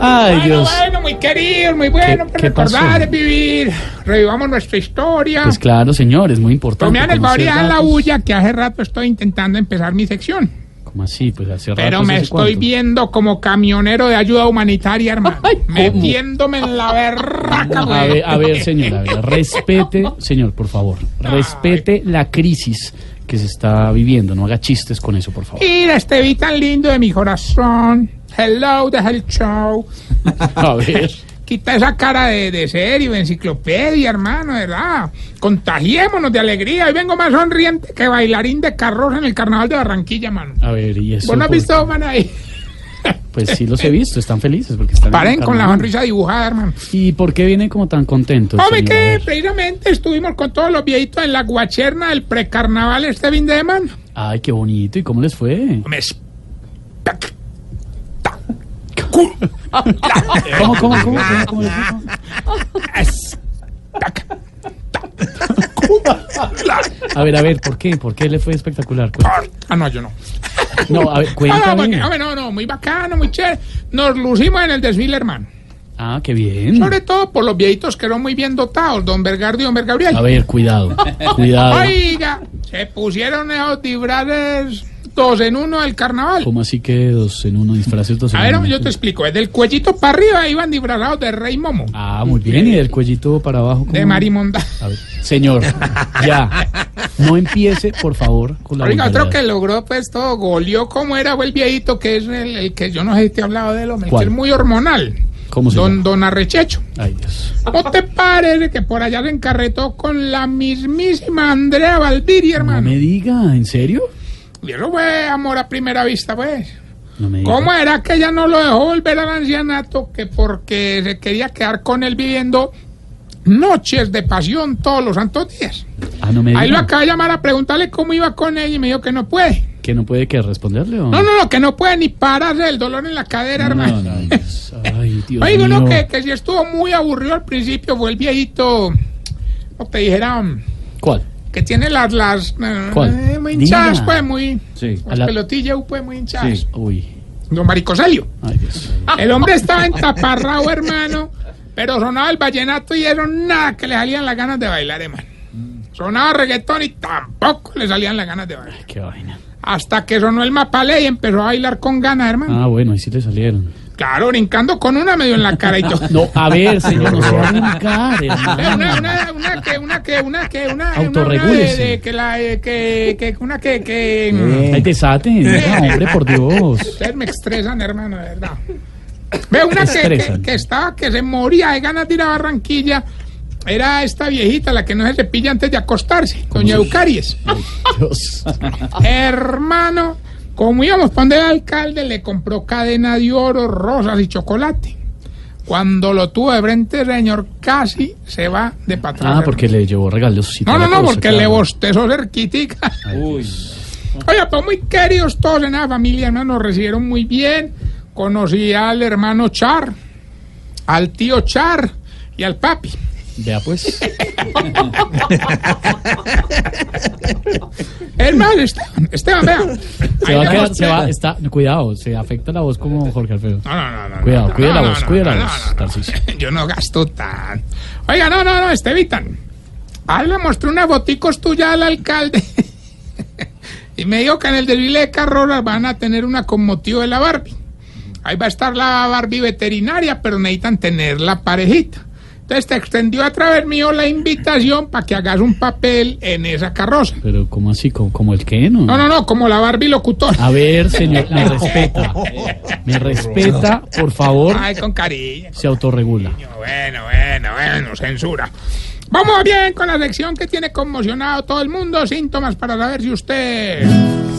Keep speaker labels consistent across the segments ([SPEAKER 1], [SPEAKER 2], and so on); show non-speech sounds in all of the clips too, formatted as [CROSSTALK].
[SPEAKER 1] Ay,
[SPEAKER 2] Bueno,
[SPEAKER 1] Dios.
[SPEAKER 2] bueno, muy querido, muy bueno
[SPEAKER 1] ¿Qué-
[SPEAKER 2] para
[SPEAKER 1] qué pasó?
[SPEAKER 2] recordar, es vivir. Revivamos nuestra historia.
[SPEAKER 1] Pues claro, señor, es muy importante.
[SPEAKER 2] Tomean el favor
[SPEAKER 1] conocer
[SPEAKER 2] y hagan la
[SPEAKER 1] datos.
[SPEAKER 2] bulla que hace rato estoy intentando empezar mi sección.
[SPEAKER 1] ¿Cómo así? Pues hace rato.
[SPEAKER 2] Pero me
[SPEAKER 1] ¿hace
[SPEAKER 2] estoy
[SPEAKER 1] cuánto?
[SPEAKER 2] viendo como camionero de ayuda humanitaria, hermano.
[SPEAKER 1] [LAUGHS] Ay, ¿cómo?
[SPEAKER 2] metiéndome en la berraca,
[SPEAKER 1] A
[SPEAKER 2] güey.
[SPEAKER 1] ver, a
[SPEAKER 2] [LAUGHS]
[SPEAKER 1] ver, señor, a ver, respete, señor, por favor, respete la crisis que se está viviendo, no haga chistes con eso, por favor.
[SPEAKER 2] Mira, este vi tan lindo de mi corazón. Hello, desde el show.
[SPEAKER 1] [LAUGHS] A ver,
[SPEAKER 2] Quita esa cara de, de serio, de enciclopedia, hermano, de ¿verdad? Contagiémonos de alegría. Hoy vengo más sonriente que bailarín de carroza en el carnaval de Barranquilla, mano.
[SPEAKER 1] a ver, y eso.
[SPEAKER 2] ¿Vos no has
[SPEAKER 1] por-
[SPEAKER 2] visto, mano, ahí?
[SPEAKER 1] Pues sí los he visto, están felices porque están. en
[SPEAKER 2] Paren
[SPEAKER 1] el
[SPEAKER 2] con la
[SPEAKER 1] carnaval.
[SPEAKER 2] sonrisa dibujada, hermano.
[SPEAKER 1] ¿Y por qué vienen como tan contentos?
[SPEAKER 2] Hombre,
[SPEAKER 1] señor? A
[SPEAKER 2] que
[SPEAKER 1] ver.
[SPEAKER 2] precisamente estuvimos con todos los viejitos en la guacherna del precarnaval este fin de semana.
[SPEAKER 1] Ay, qué bonito, ¿y cómo les fue?
[SPEAKER 2] Hombre, espectacular. [LAUGHS]
[SPEAKER 1] ¿Cómo, cómo, cómo? cómo, cómo les fue? A ver, a ver, ¿por qué? ¿Por qué le fue espectacular? Cu-
[SPEAKER 2] Ah, no, yo no.
[SPEAKER 1] No, a ver,
[SPEAKER 2] Ah, no, porque-
[SPEAKER 1] cuéntame.
[SPEAKER 2] hombre, no, no, muy bacano, muy chévere. Nos lucimos en el desfile, hermano.
[SPEAKER 1] Ah, qué bien.
[SPEAKER 2] Sobre todo por los viejitos que eran muy bien dotados, don Bergardo y don Bergabriel.
[SPEAKER 1] A ver, cuidado, cuidado.
[SPEAKER 2] Oiga, se pusieron esos disfraces dos en uno del carnaval.
[SPEAKER 1] ¿Cómo así que dos en uno disfraces dos en
[SPEAKER 2] A ver,
[SPEAKER 1] uno?
[SPEAKER 2] hombre, yo te explico. Del cuellito para arriba iban disfrazados de Rey Momo,
[SPEAKER 1] Ah, muy bien, y del cuellito para abajo.
[SPEAKER 2] de
[SPEAKER 1] ¿cómo?
[SPEAKER 2] Marimonda.
[SPEAKER 1] A ver, señor, ya, no empiece, por favor, con la
[SPEAKER 2] Oiga, otro que
[SPEAKER 1] vulgaridad.
[SPEAKER 2] logró, pues todo, goleó como era, fue el viejito, que es el, el que yo no sé si te he hablado de él, hombre, que
[SPEAKER 1] ¿Cuál?
[SPEAKER 2] es muy hormonal.
[SPEAKER 1] ¿Cómo se
[SPEAKER 2] Don,
[SPEAKER 1] llama?
[SPEAKER 2] don Arrechecho.
[SPEAKER 1] Ay, Dios.
[SPEAKER 2] ¿Cómo te parece que por allá se encarretó con la mismísima Andrea Valdiri,
[SPEAKER 1] No
[SPEAKER 2] hermano?
[SPEAKER 1] me diga, ¿en serio?
[SPEAKER 2] Y eso fue "Pues, amor a primera vista, pues.
[SPEAKER 1] No me diga.
[SPEAKER 2] ¿Cómo era que ella no lo dejó volver al ancianato? Que porque se quería quedar con él viviendo noches de pasión todos los santos días.
[SPEAKER 1] Ah, no me diga.
[SPEAKER 2] Ahí lo acaba de llamar a preguntarle cómo iba con ella y me dijo que no puede.
[SPEAKER 1] ¿Que no puede que responderle o
[SPEAKER 2] No, no, no, que no puede ni pararse el dolor en la cadera, hermano.
[SPEAKER 1] No,
[SPEAKER 2] [LAUGHS]
[SPEAKER 1] no, ay, Dios. Ay, Dios
[SPEAKER 2] Oiga, no,
[SPEAKER 1] mío.
[SPEAKER 2] que, que si estuvo muy aburrido al principio, fue el viejito, no te dijera, mm,
[SPEAKER 1] ¿Cuál?
[SPEAKER 2] que tiene las, las, eh,
[SPEAKER 1] ¿Cuál?
[SPEAKER 2] muy hinchadas,
[SPEAKER 1] Diga.
[SPEAKER 2] pues, muy,
[SPEAKER 3] Sí.
[SPEAKER 2] las
[SPEAKER 1] A la-
[SPEAKER 2] pelotillas, pues, muy hinchadas.
[SPEAKER 1] Uy,
[SPEAKER 2] Don Maricoselio.
[SPEAKER 1] ay, Dios.
[SPEAKER 2] El hombre estaba entaparrado, hermano, pero sonaba el vallenato y era nada que le salían las ganas de bailar, hermano. Sonaba reggaetón y tampoco le salían las ganas de bailar.
[SPEAKER 1] Qué vaina.
[SPEAKER 2] Hasta que sonó el mapalé y empezó a bailar con ganas, hermano.
[SPEAKER 1] Ah, bueno, ahí sí le salieron.
[SPEAKER 2] Claro, brincando con una medio en la cara y todo.
[SPEAKER 1] [LAUGHS] No, a
[SPEAKER 2] [LAUGHS]
[SPEAKER 1] ver, señor, no sea vulgar,
[SPEAKER 2] Eh, Una,
[SPEAKER 1] hermano.
[SPEAKER 2] una, una que, una que, una que, una, una, una de,
[SPEAKER 1] Autorregúlese.
[SPEAKER 2] de- que la, eh, que, que, una que, que...
[SPEAKER 1] Ay, desate, no, hombre, por Dios.
[SPEAKER 2] Ustedes me estresan, hermano, de verdad. Ve una que, que,
[SPEAKER 1] Estresan.
[SPEAKER 2] que estaba, que se moría de ganas de ir a Barranquilla. Era esta viejita, la que no se cepilla antes de acostarse, doña Eucaries.
[SPEAKER 1] Dios.
[SPEAKER 2] Hermano, como íbamos para donde el alcalde, le compró cadena de oro, rosas y chocolate. Cuando lo tuvo de frente, el señor casi se va de patrón.
[SPEAKER 1] Ah, porque le llevó regalos. y
[SPEAKER 2] No,
[SPEAKER 1] toda
[SPEAKER 2] no,
[SPEAKER 1] la
[SPEAKER 2] no,
[SPEAKER 1] cosa,
[SPEAKER 2] porque
[SPEAKER 1] claro.
[SPEAKER 2] le bostezó cerquitica.
[SPEAKER 1] Ay, Dios.
[SPEAKER 2] Oye, pues muy queridos todos en la familia, hermano, nos recibieron muy bien. Conocí al hermano Char, al tío Char y al papi.
[SPEAKER 1] Vea pues.
[SPEAKER 2] Hermano, Esteban, Esteban, vea.
[SPEAKER 1] Se
[SPEAKER 2] Ahí
[SPEAKER 1] va a
[SPEAKER 2] le
[SPEAKER 1] quedar,
[SPEAKER 2] mostré-
[SPEAKER 1] se va, está, cuidado, se afecta la voz como Jorge Alfredo.
[SPEAKER 2] No, no, no, no.
[SPEAKER 1] Cuidado,
[SPEAKER 2] no,
[SPEAKER 1] cuide
[SPEAKER 2] no,
[SPEAKER 1] la
[SPEAKER 2] no,
[SPEAKER 1] voz,
[SPEAKER 2] no,
[SPEAKER 1] cuide la
[SPEAKER 2] no,
[SPEAKER 1] voz,
[SPEAKER 2] no, no.
[SPEAKER 1] Tarcisio.
[SPEAKER 2] [LAUGHS] Yo no gasto tan. Oiga, no, no, no, Estevitan. Ahí le mostré unas boticos tuyas al alcalde. [LAUGHS] y me dijo que en el desfile de Carrola van a tener una con motivo de la Barbie. Ahí va a estar la Barbie veterinaria, pero necesitan tener la parejita. Entonces te extendió a través mío la invitación para que hagas un papel en esa carroza.
[SPEAKER 1] Pero, ¿cómo así? ¿Como, como el que no?
[SPEAKER 2] No, no, no, como la Barbie locutora.
[SPEAKER 1] A ver, señor, me respeta. Me respeta, por favor,
[SPEAKER 2] Ay, con cariño.
[SPEAKER 1] se autorregula.
[SPEAKER 2] Bueno, bueno, bueno, censura. Vamos bien con la lección que tiene conmocionado todo el mundo. Síntomas para saber si usted.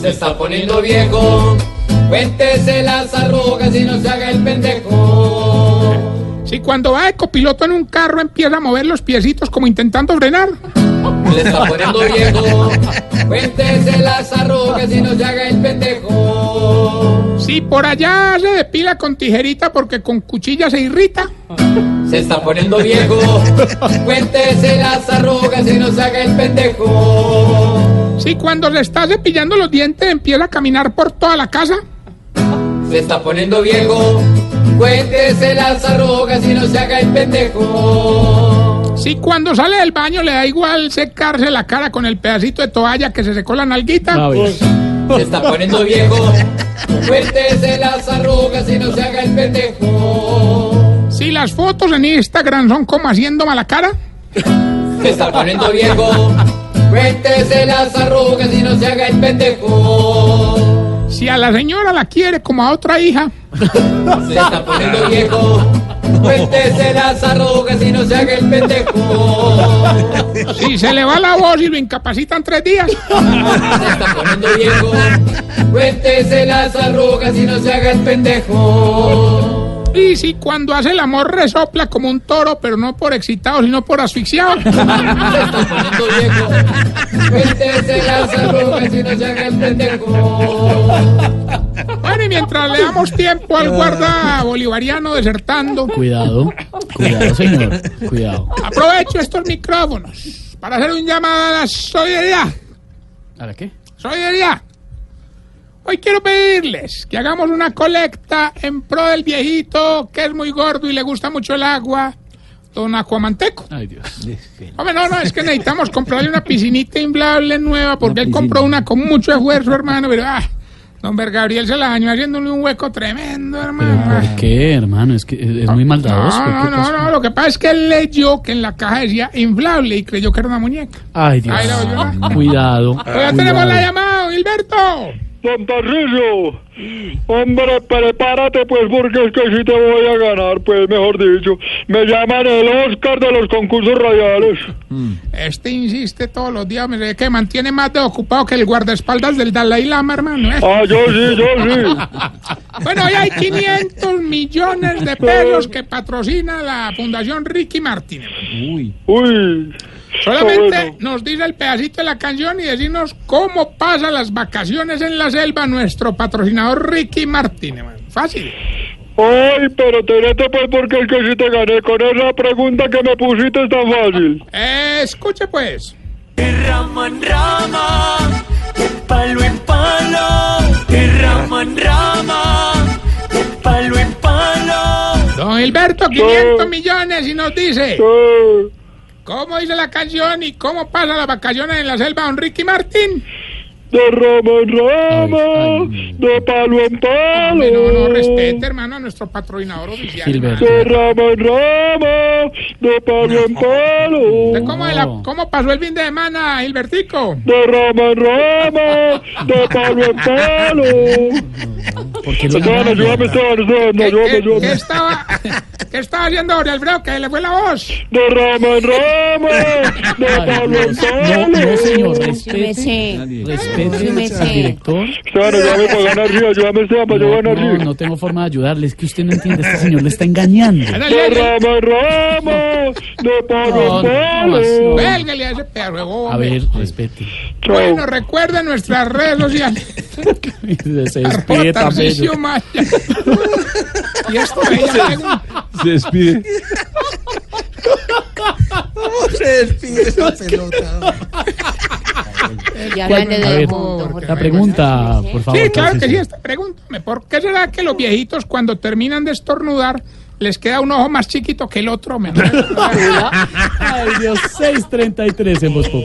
[SPEAKER 4] Se está poniendo viejo. Cuéntese las arrugas y no se haga el pendejo.
[SPEAKER 2] Si cuando va de copiloto en un carro empieza a mover los piecitos como intentando frenar.
[SPEAKER 3] Le está poniendo viejo. Cuéntese las arrugas y no se haga el pendejo.
[SPEAKER 2] Si por allá se depila con tijerita porque con cuchilla se irrita.
[SPEAKER 3] Se está poniendo viejo. Cuéntese las arrugas y no se haga el pendejo.
[SPEAKER 2] Si cuando le está cepillando los dientes empieza a caminar por toda la casa.
[SPEAKER 3] Se está poniendo viejo. Cuéntese las arrugas y no se haga el pendejo.
[SPEAKER 2] Si cuando sale del baño le da igual secarse la cara con el pedacito de toalla que se secó la nalguita.
[SPEAKER 1] A ver,
[SPEAKER 3] Se está poniendo viejo. Cuéntese las arrugas y no se haga el pendejo.
[SPEAKER 2] Si las fotos en Instagram son como haciendo mala cara.
[SPEAKER 3] Se está poniendo viejo. Cuéntese las arrugas y no se haga el pendejo.
[SPEAKER 2] Si a la señora la quiere como a otra hija.
[SPEAKER 3] Se está poniendo viejo. Cuéntese las arrugas y no se haga el pendejo.
[SPEAKER 2] Si se le va la voz y lo incapacitan tres días.
[SPEAKER 3] Se está poniendo viejo. Cuéntese las arrugas y no se haga el pendejo.
[SPEAKER 2] Y si cuando hace el amor resopla como un toro, pero no por excitado, sino por asfixiado.
[SPEAKER 3] Se está poniendo viejo. Cuéntese las arrugas y no se haga el pendejo.
[SPEAKER 2] Bueno, y mientras le damos tiempo al guarda bolivariano desertando,
[SPEAKER 1] cuidado, cuidado, señor, cuidado.
[SPEAKER 2] aprovecho estos micrófonos para hacer un llamado a la solidaridad.
[SPEAKER 1] ¿Ahora qué?
[SPEAKER 2] Solidaridad. Hoy quiero pedirles que hagamos una colecta en pro del viejito que es muy gordo y le gusta mucho el agua, don Acuamanteco.
[SPEAKER 1] Ay, Dios.
[SPEAKER 2] Hombre, no, no, es que necesitamos comprarle una piscinita inflable nueva porque él compró una con mucho esfuerzo, hermano, pero ah, don Ber Gabriel se la dañó haciéndole un hueco tremendo, hermano.
[SPEAKER 1] ¿Por qué, hermano? Es que es es muy maldadoso. ¿Qué
[SPEAKER 2] No, no, no,
[SPEAKER 1] pasó?
[SPEAKER 2] no, lo que pasa es que él leyó que en la caja decía inflable y creyó que era una muñeca.
[SPEAKER 1] Ay, Dios.
[SPEAKER 2] Ay, no, yo no.
[SPEAKER 1] Cuidado.
[SPEAKER 2] Pero ya tenemos
[SPEAKER 1] Ah. cuidado.
[SPEAKER 2] la llamada, Gilberto.
[SPEAKER 4] Don Tarrillo, hombre, prepárate pues porque es que si te voy a ganar, pues mejor dicho, me llaman el Oscar de los concursos radiales.
[SPEAKER 2] Este insiste todos los días, me dice que mantiene más de ocupado que el guardaespaldas del Dalai Lama, hermano.
[SPEAKER 1] Oh.
[SPEAKER 2] ¿eh?
[SPEAKER 4] Ah, yo sí, yo sí.
[SPEAKER 2] Bueno, hoy
[SPEAKER 1] [LAUGHS]
[SPEAKER 2] hay 500 millones de pesos que patrocina la Fundación Ricky Martin. hermano.
[SPEAKER 4] Uy.
[SPEAKER 2] Solamente
[SPEAKER 4] Bueno.
[SPEAKER 2] nos dice el pedacito de la canción y decirnos cómo pasa las vacaciones en la selva nuestro patrocinador Ricky Martin. hermano. Fácil.
[SPEAKER 4] Ay, pero tenete pues porque es que si te gané con esa pregunta que me pusiste es tan fácil.
[SPEAKER 2] Eh, escuche pues.
[SPEAKER 5] De rama en rama, de palo en palo, de rama en rama, de palo en palo.
[SPEAKER 2] Don Gilberto, 500 millones y nos dice
[SPEAKER 4] Eh,
[SPEAKER 2] cómo dice la canción y cómo pasa las vacaciones en la selva don Ricky Martín.
[SPEAKER 4] de rama en
[SPEAKER 1] Ay,
[SPEAKER 4] rama,
[SPEAKER 1] ay.
[SPEAKER 4] de palo en palo.
[SPEAKER 2] Hombre, no, no, respete, hermano, a nuestro patrocinador oficial.
[SPEAKER 1] Gilberto.
[SPEAKER 2] hermano.
[SPEAKER 4] De rama en rama, de palo en palo.
[SPEAKER 1] Oh.
[SPEAKER 2] ¿Usted ¿Cómo, de la- cómo pasó el fin de semana, Gilbertico?
[SPEAKER 4] De rama en rama, de palo en palo.
[SPEAKER 1] ¿Por qué lo
[SPEAKER 4] Esteban, ayúdame, Esteban, Esteban,
[SPEAKER 2] ¿Qué,
[SPEAKER 4] ayúdame,
[SPEAKER 2] qué- qué
[SPEAKER 4] ayúdame.
[SPEAKER 2] estaba, [LAUGHS] qué estaba haciendo Jorge Alfredo? Que le fue la voz.
[SPEAKER 4] De rama en rama, de
[SPEAKER 1] Ay,
[SPEAKER 4] palo en
[SPEAKER 1] Dios. No, no,
[SPEAKER 4] palo.
[SPEAKER 1] señor, respete. Respete al director.
[SPEAKER 4] Esteban, ayúdame para ganar río, ayúdame, Esteban, para Pues yo
[SPEAKER 1] No,
[SPEAKER 4] ganar
[SPEAKER 1] no,
[SPEAKER 4] río.
[SPEAKER 1] no tengo forma de ayudarle. Es que usted no entiende. Este señor le está engañando.
[SPEAKER 2] Ándale,
[SPEAKER 4] De
[SPEAKER 2] ándale.
[SPEAKER 4] rama en rama, de palo
[SPEAKER 1] No,
[SPEAKER 4] en
[SPEAKER 1] no,
[SPEAKER 4] palo.
[SPEAKER 1] no, no.
[SPEAKER 2] Cuélguele a ese perro, bobo,
[SPEAKER 1] A ver, respete.
[SPEAKER 4] Chao.
[SPEAKER 2] Bueno, recuerden nuestras
[SPEAKER 1] [LAUGHS]
[SPEAKER 2] redes sociales.
[SPEAKER 1] Se
[SPEAKER 2] Arroba
[SPEAKER 1] despide tan
[SPEAKER 2] Tarcisio
[SPEAKER 1] bello. [LAUGHS]
[SPEAKER 2] Maya. Y esto me llama-
[SPEAKER 6] Se despide.
[SPEAKER 7] Ya grande
[SPEAKER 1] A
[SPEAKER 7] del
[SPEAKER 1] ver,
[SPEAKER 7] mundo.
[SPEAKER 2] por
[SPEAKER 7] por
[SPEAKER 2] favor.
[SPEAKER 1] La pregunta, por favor.
[SPEAKER 2] Sí, claro que sí,
[SPEAKER 1] Tarcisio.
[SPEAKER 2] esta pregúntame, ¿por qué será que los viejitos cuando terminan de estornudar les queda
[SPEAKER 1] [LAUGHS]
[SPEAKER 2] un ojo más chiquito que el otro? men?
[SPEAKER 1] Ay, Dios, 6.33 en Voz Populi.